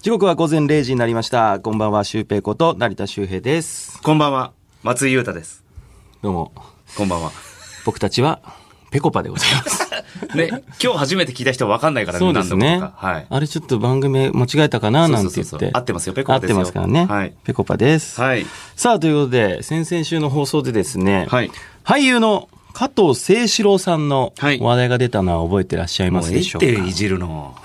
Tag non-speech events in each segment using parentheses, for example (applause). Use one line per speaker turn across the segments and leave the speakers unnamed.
時刻は午前0時になりました。こんばんは、シュウペイこと成田修平です。
こんばんは、松井裕太です。
どうも、
こんばんは。
僕たちは、ペコパでございます。 (laughs)
ね、今日初めて聞いた人は分かんないからね、
そうですね。はい。あれちょっと番組間違えたかななんて言って。
合ってますよ、ペコパ
です合ってますからね。
はい。
ペコパです。
はい。
さあ、ということで、先々週の放送でですね、
はい。
俳優の加藤清史郎さんの話題が出たのは覚えてらっしゃいますでしょうか、
はい、もういじ
(laughs)
るの。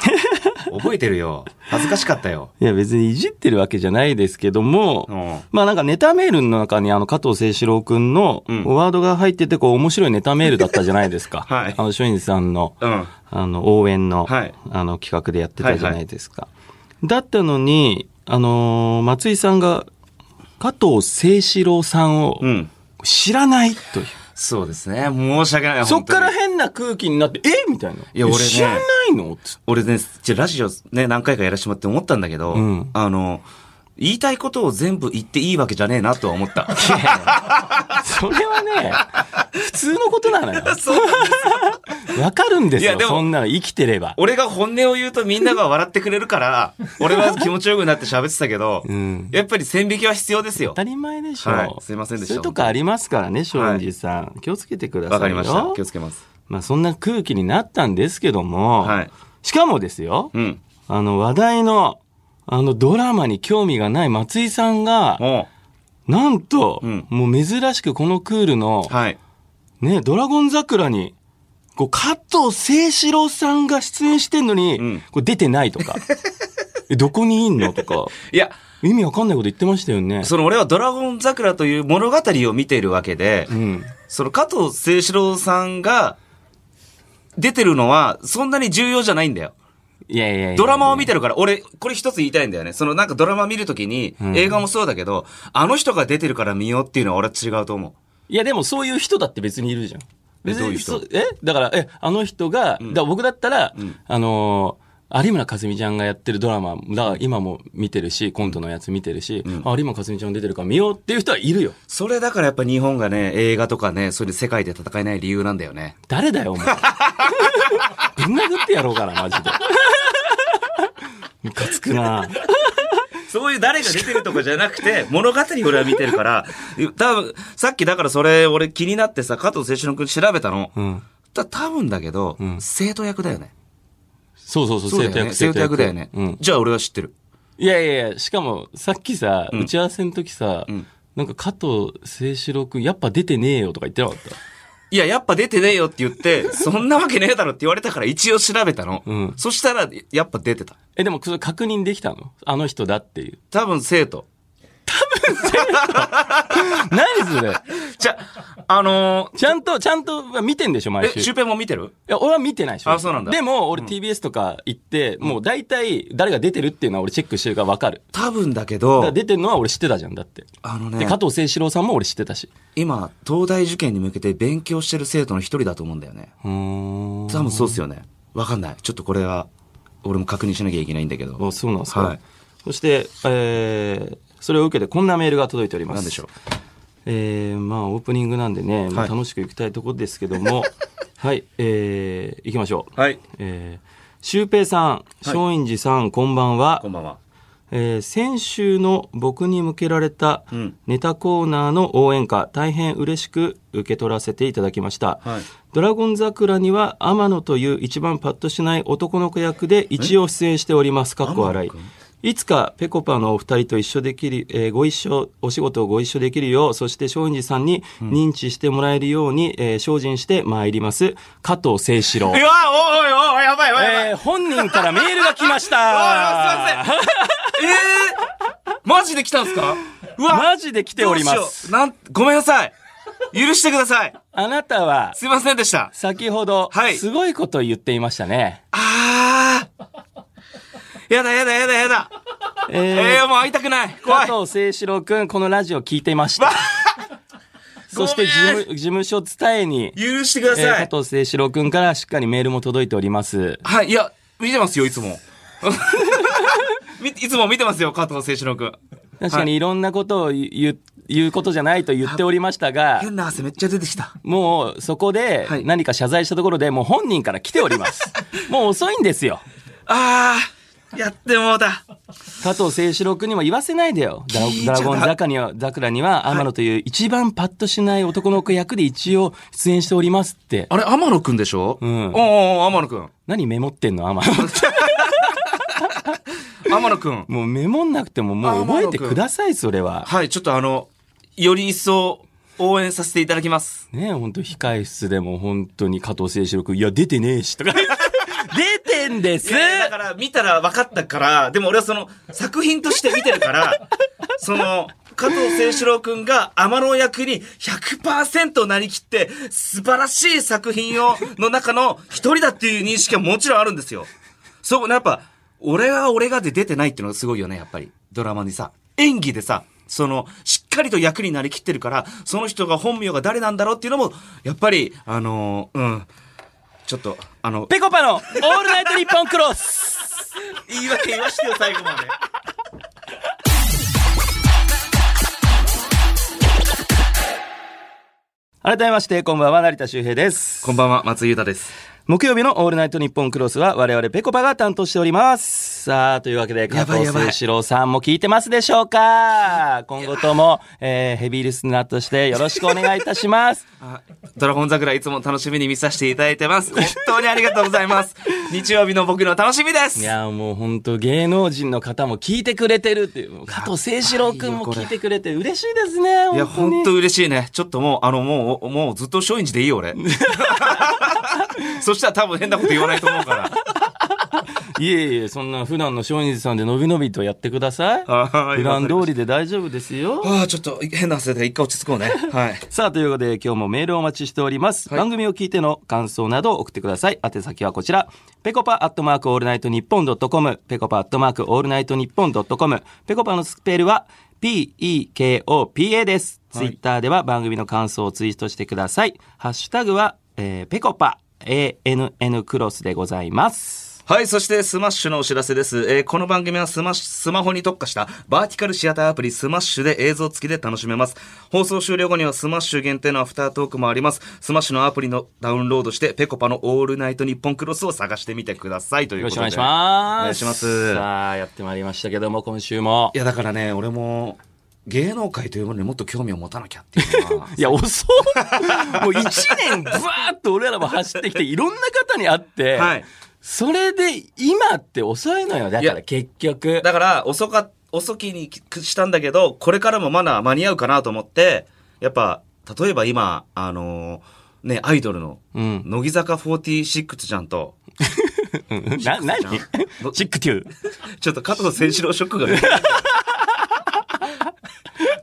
覚えてるよ。恥ずかしかったよ。
いや、別にいじってるわけじゃないですけども、うん、まあなんかネタメールの中にあの加藤清志郎くんのワードが入ってて、こう面白いネタメールだったじゃないです (laughs) か。
はい。
あの、松陰さんの、うん、あの、応援の、はい、あの、企画でやってたじゃないですか。はいはい、だったのに、あのー、松井さんが加藤清志郎さんを知らないという。うん
そうですね。申し訳ない。
そっから変な空気になって、えみたいな。い
や、俺ね。
知らないの
俺ね、じゃラジオね、何回かやらしてもらって思ったんだけど、うん、あの、言いたいことを全部言っていいわけじゃねえなとは思った。
(laughs) それは (laughs) ね、普通のことなのよ。わかるんですよ、そんなの生きてれば。
俺が本音を言うとみんなが笑ってくれるから、俺は気持ちよくなって喋ってたけど、うん、やっぱり線引きは必要ですよ。、
当たり前でしょ。はい
すいませんでした。
そういうとこありますからね、松陰寺さん、はい、気をつけてください
わかりました。気をつけます。
まあそんな空気になったんですけども、はい、しかもですよ、うん、あの話題の、あのドラマに興味がない松井さんが、なんと、うん、もう珍しくこのクールの、はい、ね、ドラゴン桜に、こう加藤清志郎さんが出演してんのに、うん、これ出てないと
(laughs)
か、えどこにいんのとか。
いや、
意味わかんないこと言ってましたよね。
その俺はドラゴン桜という物語を見ているわけで、うん、その加藤清志郎さんが出てるのはそんなに重要じゃないんだよ。
いやいやいやいや
ドラマを見てるから、俺、これ一つ言いたいんだよね。そのなんかドラマ見るときに、うん、映画もそうだけど、あの人が出てるから見ようっていうのは俺は違うと思う。
いやでもそういう人だって別にいるじゃん。
え、どういう人
えだから、え、あの人が、うん、だ僕だったら、うん、あのー、有村架純ちゃんがやってるドラマ、だから今も見てるし、コントのやつ見てるし、うん、有村架純ちゃん出てるから見ようっていう人はいるよ。
それだからやっぱ日本がね、映画とかね、それ世界で戦えない理由なんだよね。
誰だよ、お前。 (laughs) ぶん殴ってやろうから、マジで。 (laughs) ムカつくな
そういう誰が出てるとかじゃなく (laughs) て、物語俺は見てるから、多分さっきだからそれ俺気になってさ、加藤清志郎君調べたの。うん。た多分だけど、うん、生徒役だよね。
そうそうそう、そう
ね、生徒役。生徒役だよね。うん、じゃあ俺は知ってる。
いやいやいや、しかもさっきさ、うん、打ち合わせの時さ、うん、なんか加藤清志郎君やっぱ出てねえよとか言ってなかった
いや、やっぱ出てねえよって言って、 (laughs) そんなわけねえだろって言われたから一応調べたの。うん、そしたら、やっぱ出てた。
え、でもそれ確認できたのあの人だっていう。
多分生徒。
多分生徒何そ
(laughs)
れ
じゃ、あの (laughs)
ー、ちゃんと、ちゃんと見てんでしょ、毎週。
え、シュウペイも見てるい
や、俺は見てないし。
あ、そうなんだ。
でも、俺 TBS とか行って、うん、もう大体誰が出てるっていうのは俺チェックしてるからわかる。
多分だけど。
出てるのは俺知ってたじゃん、だって。
あのね。
で、加藤清志郎さんも俺知ってたし。
今、東大受験に向けて勉強してる生徒の一人だと思うんだよね。
うん。
多分そうっすよね。わかんない。ちょっとこれは、俺も確認しなきゃいけないんだけど。
あ、そうなんですか。はい。そして、えー、それを受けてこんなメールが届いております。
何でしょう
えー、まあオープニングなんでね、まあ、楽しくいきたいところですけど
(laughs)
も、はい、はい、えー、いきましょう。
はい。
えー、シュウペイさん、はい、松陰寺さん、こんばんは。
こんばんは。
えー、先週の僕に向けられたネタコーナーの応援歌、うん、大変嬉しく受け取らせていただきました。はい、ドラゴン桜には天野という一番パッとしない男の子役で一応出演しております。かっこ笑い。いつかぺこぱのお二人と一緒できる、えー、ご一緒、お仕事をご一緒できるよう、そして松陰寺さんに認知してもらえるように、うん、えー、精進してまいります、加藤清志郎。
いや、おいおい、やばいやばい。
えー、本人からメールが来ました。
(laughs) おいおい、すいません。えー、マジで来たんすか
(laughs) うわ。マジで来ております。
なん、ごめんなさい。許してください。
あなたは、
すいませんでした。
先ほど、はい。すごいことを言っていましたね。
あー。やだやだやだやだ。 (laughs) えー、えー、もう会いたくない。怖
い。加藤清志郎くん、このラジオ聞いていま
(laughs)
した。そして事務所伝えに。
許してください。えー、
加藤清志郎くんからしっかりメールも届いております。
はい、いや、見てますよ、いつも。 (laughs) いつも見てますよ、加藤清志郎くん。
確かにいろんなことを言う、言うことじゃないと言っておりましたが。
変な汗めっちゃ出てきた。
もうそこで何か謝罪したところで、もう本人
(laughs)
から来ております。もう遅いんですよ。
ああ。やってもうた。
加藤清志郎君にも言わせないでよ。ドラ
聞いち
ド
ゃ
ラ
ダメ
ゴン桜には、桜には、天野という一番パッとしない男の子役で一応出演しておりますって。
あれ、天野くんでしょ
ん
おうおう天野くん。
何メモってんの天野。
(laughs) 天野くん。
もうメモんなくてももう覚えてください、それは。
はい、ちょっとあの、より一層応援させていただきます。
ねえ、ほんと、控え室でも本当に加藤清志郎君、いや、出てねえし、とか。
(laughs)
出てんです
いやだから見たら分かったから、でも俺はその作品として見て
(laughs)
るから、その、加藤清志郎くんが天野役に100%なりきって素晴らしい作品を、の中の一人だっていう認識はもちろんあるんですよ。そう、やっぱ、俺は俺がで出てないっていうのがすごいよね、やっぱり。ドラマにさ、演技でさ、その、しっかりと役になりきってるから、その人が本名が誰なんだろうっていうのも、やっぱり、あのうん。ちょっと、あの、
ぺこぱのオールナイトニッポンクロス
言い訳言わしてよ、最後まで。
改めまして、こんばんは、成田修平です。
こんばんは、松井裕太です。
木曜日のオールナイトニッポンクロスは我々ペコパが担当しております。さあ、というわけで、加
やばい
藤
やばい
清志郎さんも聞いてますでしょうか今後とも、えーヘビーリスナーとしてよろしくお願いいたし
(laughs)
ます。
ドラゴン桜いつも楽しみに見させていただいてます。本当にありがとうございます。日曜日の僕の楽しみです。
いや、もう本当芸能人の方も聞いてくれてるっていう、加藤清志郎くんも聞いてくれて嬉しいですね。
い
本
や、
当
本
に。
当嬉しいね。ちょっともう、あの、もう、もうずっと松陰寺でいいよ、 (laughs) 俺。そしたら多分変なこと言わないと思うから。
いえいえ、そんな普段の松陰寺さんでのびのびとやってください。
あー
普段通りで大丈夫ですよ。
ああ、ちょっと変な汗で一回落ち着こうね。はい。
さあ、ということで今日もメールをお待ちしております。番組を聞いての感想などを送ってください。宛先はこちら。ペコパアットマークオールナイトニッポンドットコム。ペコパアットマークオールナイトニッポンドットコム。ペコパのスペルは PEKOPA です。ツイッターでは番組の感想をツイートしてください。ハッシュタグは、えーペコパ ANN クロスでございます。
はい、そしてスマッシュのお知らせです。えーこの番組はスマッシュスマホに特化したバーティカルシアターアプリスマッシュで映像付きで楽しめます。放送終了後にはスマッシュ限定のアフタートークもあります。スマッシュのアプリのダウンロードして、ペコパのオールナイトニッポンクロスを探してみてください。とい
よ
う
ろし
こと
くお
で。
願いします。
お願いします。
さあ、やってまいりましたけども、今週も
い。や、だからね、俺も芸能界というものにもっと興味を持たなきゃっていうのは。
いや、遅っもう一年、ブワーっと俺らも走ってきて、いろんな方に会って、
はい
それで、今って遅いのよ。だ
い
か
や
ら結局。
だから、遅か、遅きにしたんだけど、これからもまだ間に合うかなと思って、やっぱ、例えば今、あのーね、アイドルの、
うん
乃木坂46ちゃんと、
な、なに
ど
チックテュー。
ちょっと加藤清志郎ショックが。
(laughs)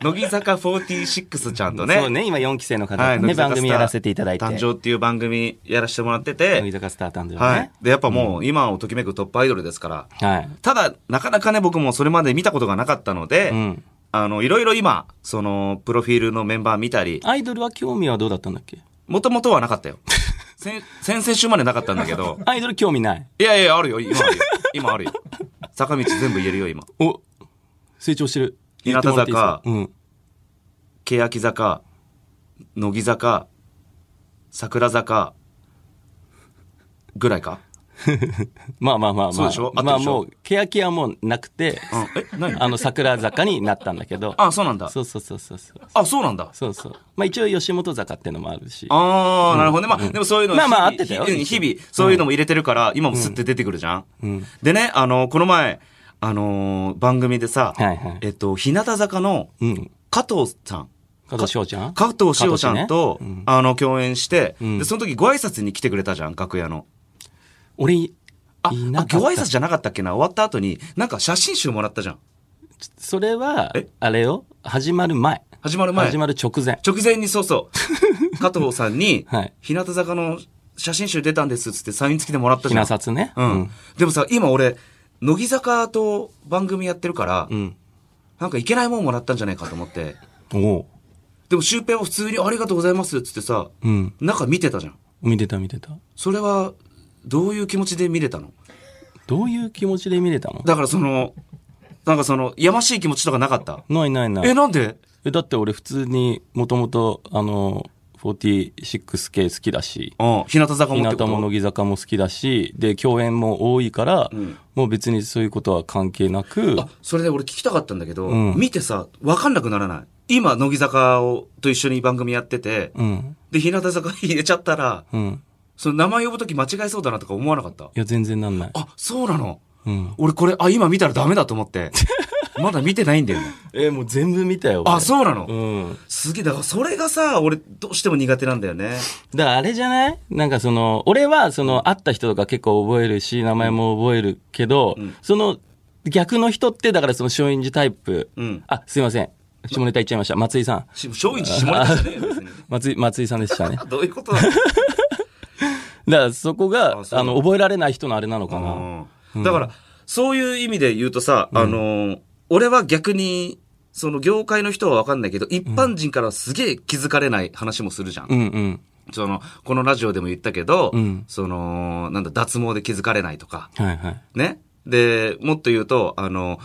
乃木坂46ちゃんとね。
そうね、今4期生の方
は
が
い、
ね、
乃木坂
番組やらせていただいて。
誕生っていう番組やらせてもらってて、
乃木坂スター誕生ね。
はい。で、やっぱもう、今をときめくトップアイドルですから、
はい。
ただ、なかなかね、僕もそれまで見たことがなかったので、
うん
あの、いろいろ今、その、プロフィールのメンバー見たり、
アイドルは興味はどうだったんだっけ
もともとはなかっ
(laughs)
たよ。先、先々週までなかったんだけど、
アイドル興味ない。
いやいや、あるよ、今あるよ。今あるよ。坂道全部言えるよ、今。
お、成長してる。
日向坂
言ってもらっていいですかうん。
欅坂、乃木坂、桜坂、ぐらいか
まあまあまあまあ。
そうでしょ合
ま
ってる
あ
でしょ
もう、欅はもうなくて、
うんえ、何
あの、桜坂になったんだけど。
(laughs) あ、そうなんだ。
そうそうそうそうそう。
あ、そうなんだ。
そうそう。まあ一応吉本坂ってのもあるし。
ああ、なるほどね。まあ、でもそういうの
まあまあ
日々
合ってたよ
日々日々、そういうのも入れてるから、今もスッて出てくるじゃん。でね、あの、この前、あのー番組でさ、
はいはい
えっと、日向坂の
うん。
加藤さん、
加藤翔ちゃん
加藤しおちゃんと、
加藤ねうん
あの、共演して、
うん
で、その時ご挨拶に来てくれたじゃん、楽屋の。
俺、い
あ、あ
なか
ご挨
っ
拶
た。
じゃなかったっけな終わった後に、なんか写真集もらったじゃん。
それは
え、
あれよ、始まる前。
始まる前。
始まる直前。
直前にそ
(laughs)
うそう。加藤さんに、
はい
日向坂の写真集出たんですっつってサイン付きでもらった
ひ
じゃん
な。札ね。
うん。でもさ、今俺、乃木坂と番組やってるから、
うん。
なんかいけないもんもらったんじゃないかと思って。
おう
でもシュウペイは普通にありがとうございますっつってさ、
うん。
中見てたじゃん。
見てた見てた。
それは、どういう気持ちで見れたの
どういう気持ちで見れたの
だからその、なんかその、やましい気持ちとかなかった。
ないないな
え、
い。
なんで
え、だって俺普通にもともと、あの、 46系好きだし、
うん。日向坂
日
も
向
ってこと
も乃木坂も好きだし、で、共演も多いから、もう別にそういうことは関係なく、
あ、それで俺聞きたかったんだけど、
うん
見てさ、わかんなくならない。今、乃木坂をと一緒に番組やってて、
うん、
で、日向坂入れちゃったら、
うん。
その名前呼ぶとき間違えそうだなとか思わなかった。
いや、全然なんない。
あ、そうなの。
うん。
俺これ、あ、今見たらダメだと
(laughs)
思って。まだ見てないんだよね。
えーもう全部見たよ。俺
あ、そうなの。
うん。
すげえ、だからそれがさ、俺どうしても苦手なんだよね。
だからあれじゃないなんかその、俺はその、会った人とか結構覚えるし、名前も覚えるけど、その、逆の人って、だからその、松陰寺タイプ。
うん
あ、すいません。下ネタ言っちゃいました。松井さん。
し松陰寺下ネタじゃねえよ、別に。
(laughs) 松井、松井さんでしたね。
どういうことなの
だからそこが、
あ
あ
そう
の、覚えられない人のあれなのかな。
うんだから、そういう意味で言うとさ、あのー、俺は逆に、その業界の人はわかんないけど、一般人からはすげえ気づかれない話もするじゃん。
うんうん。
その、このラジオでも言ったけど、
うん
その、なんだ、脱毛で気づかれないとか、
はいはい。
ね。で、もっと言うと、あの、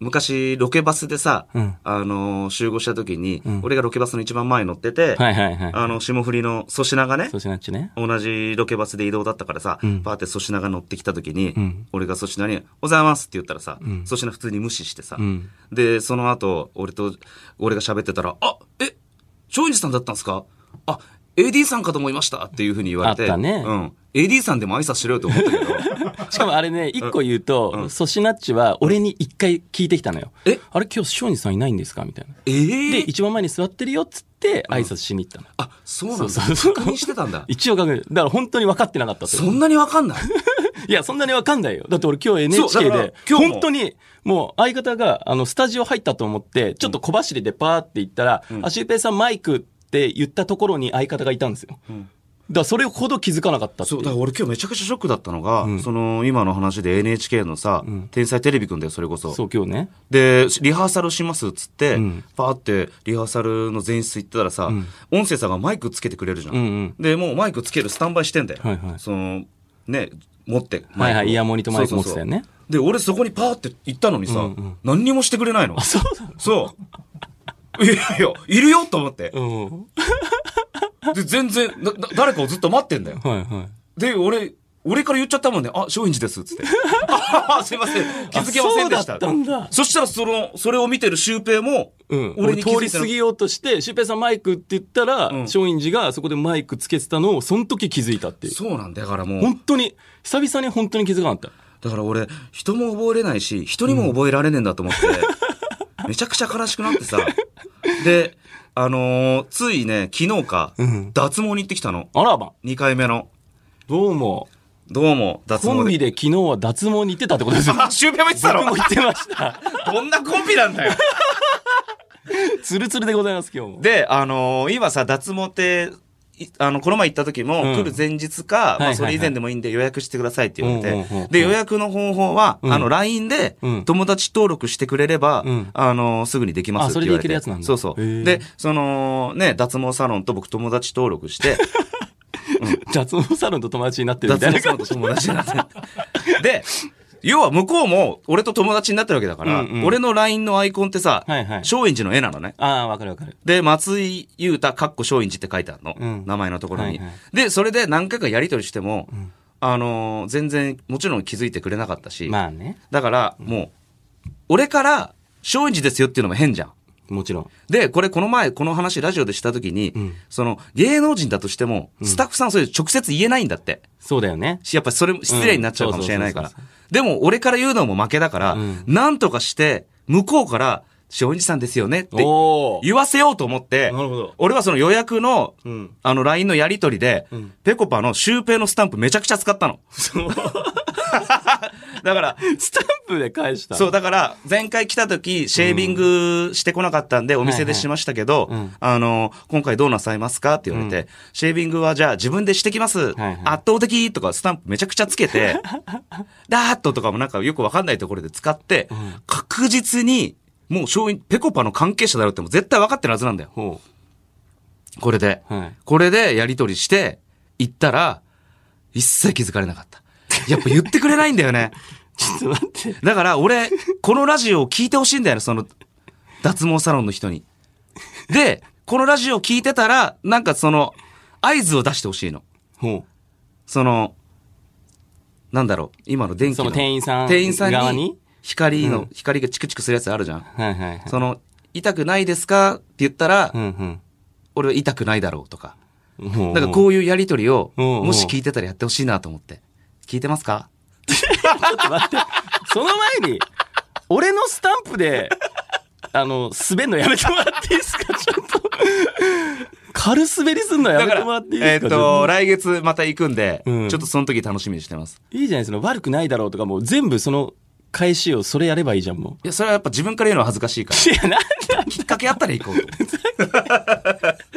昔、ロケバスでさ、
うん
あの、集合した時に、
ん
俺がロケバスの一番前に乗ってて、
はいはいはい。
あの、霜降りの粗品がね
そ、うしなっちね。
同じロケバスで移動だったからさ、
ん
パーって粗品が乗ってきた時に、
ん
俺が粗品に、おはようございますって言ったらさ、粗、品普通に無視してさ、
うん
で、その後、俺と、俺が喋ってたら、あ、え、松陰寺さんだったんですかあ、AD さんかと思いましたっていうふうに言われて。
あったね
うん。AD さんでも挨拶しろよと思 (laughs) ったけど、
しかもあれね、一個言うと、ソシナッチは俺に一回聞いてきたのよ。
え
あれ今日、松陰寺さんいないんですかみたいな。
え
で、
ー、
一番前に座ってるよっつって挨拶しに行ったの。
あ、そうなんだ。
そうそうそう。
確認してたんだ
一応確認。だから本当に分かってなかったってこ
そんなにわかんない。
といや、そんなに分かんないよ。だって俺今日
そう
NHK
だから
で、
今日も
本当に、もう相方が、あの、スタジオ入ったと思って、ちょっと小走りでパーって行ったら、あ、シュウペイさんマイクって言ったところに相方がいたんですよ。だからそれほど気づかなかったってい
(laughs) そう、
う。
だから俺今日めちゃくちゃショックだったのが、その、今の話で NHK のさ、天才テレビくんだよ、それこそ。
そう、今日ね。
で、リハーサルしますっつって、
ん
パーってリハーサルの前室行ったらさ、音声さんがマイクつけてくれるじゃん。
うんうん
で、もうマイクつけるスタンバイしてんだよ。
はいはい
その、ね、持って。
はいはいイヤモニとマイク
そうそうそ
持
う
ってたよね。
で、俺そこにパーって行ったのにさ、何にもしてくれないの。
そう
そう。いやいや、いるよと思って。
うん。
で、全然、なな誰かをずっと待ってんだよ。
はいはい。
で、俺、俺から言っちゃったもんね、あ、松陰寺で
(laughs)
す、つって。あすいません、気づけませんでした。
あそうだったんだ
そしたら、その、それを見てるシュウペイも、
うん、
俺
俺
に気づい
通
て
り
な
過ぎようとして、シュウペイさんマイクって言ったら、
ん
松陰寺がそこでマイクつけてたのを、その時気づいたっていう。
そうなんだよだからもう、
本当に、久々に本当に気づかなかっ
だから俺、人も覚えれないし、人にも覚えられねえんだと思って、めちゃくちゃ悲しくなってさ。で、あのーついね、昨日か、
ん
脱毛に行ってきたの。
た。あらば、
2回目の。
どうも、
どうも、脱毛で。
コンビで昨日は脱毛に行ってたってことですよ。
(laughs) あ、シュウペイも言ってた
僕も
の
言ってました。 (laughs)
どんなコンビなんだよ。
ツルツルでございます、今日も。
で、あのー今さ、脱毛って、いあの、この前行った時も、
うん
来る前日か、
いはい
ま
は
あ、
い
それ以前でもいいんで予約してくださいって言われ
うんうんうんう
て
ん。
で、予約の方法は、
ん
あの、LINE で
うん、
友達登録してくれれば、
うん
あのーすぐにできますって言わ
あそれでいけ
れて。
るやつなんだ
そうそ
へ
う。
ー
で、その、ね、脱毛サロンと僕友達登
(laughs)
録して、
脱毛サロンと友達になってるみた
脱
い
毛
な
サロンと友達になって。 (laughs) で、要は向こうも、俺と友達になってるわけだから、
うんうん
俺の LINE のアイコンってさ、
はいはい
松陰寺の絵なのね。
ああ、わかるわかる。
で、松井裕太、かっこ松陰寺って書いてあるの。
うん
名前のところに、
はいはい
で、それで何回かやり取りしても、あのー全然、もちろん気づいてくれなかったし、
まあね、
だから、もう、俺から、松陰寺ですよっていうのも変じゃん。
もちろん。
で、これこの前、この話ラジオでした時に、その、芸能人だとしても、スタッフさんはそれ直接言えないんだって。
そうだよね。
しやっぱそれも失礼になっちゃうかもしれないか
う
ら
んそう。
でも俺から言うのも負けだから、
ん
なんとかして、向こうから、松陰寺さんですよねって
おー。
言わせようと思って、
なるほど
俺はその予約の、
ん
あの LINE のやり取りで、ぺこぱのシュウペイのスタンプめちゃくちゃ使ったの。だから、
スタンプで返した。
そう、だから、前回来た時、シェービングしてこなかったんで、お店でしましたけど、あの、今回どうなさいますかって言われて、シェービングはじゃあ自分でしてきます。
はいはい
圧倒的とかスタンプめちゃくちゃつ
(laughs)
けて、ダーッととかもなんかよくわかんないところで使って、確実に、もう松陰、ぺこぱの関係者だろうってもう絶対わかってるはずなんだよ。
ほ
これで。
う。はい。
これでやり取りして、行ったら、一切気づかれなかった。やっぱ言ってくれないんだ
(laughs)
よね。
ちょっと待って。
だから俺、このラジオを聞いてほしいんだよね、その、脱毛サロンの人に。で、このラジオ聞いてたら、なんかその、合図を出してほしいの。
ほ
その、なんだろう、今の電
う。
気
その
の。
店員さん
店員さん
側
に
に。
光の、光がチクチクするやつあるじゃん。
はいはいはい。
その、痛くないですかって言ったら、
うん
俺は痛くないだろうとか。
うん。ほう
なんかこういうやりとりを、
うんうん
もし聞いてたらやってほしいなと思って。聞いてますか
その前に、俺のスタンプで、あの、滑んのやめてもらっていいですかちょっと。軽滑りすんのやめてもらっていい
え
です
ー
か
っ
ちょ
と、来月また行くんで、
うん
ちょっとその時楽しみにしてます。
といいじゃないですか。悪くないだろうとか、もう全部その返しをそれやればいいじゃん、も
(laughs) いや、それはやっぱ自分から言うのは恥ずかしいから。
う。いや、なんだ
きっかけあったら行こうと思って。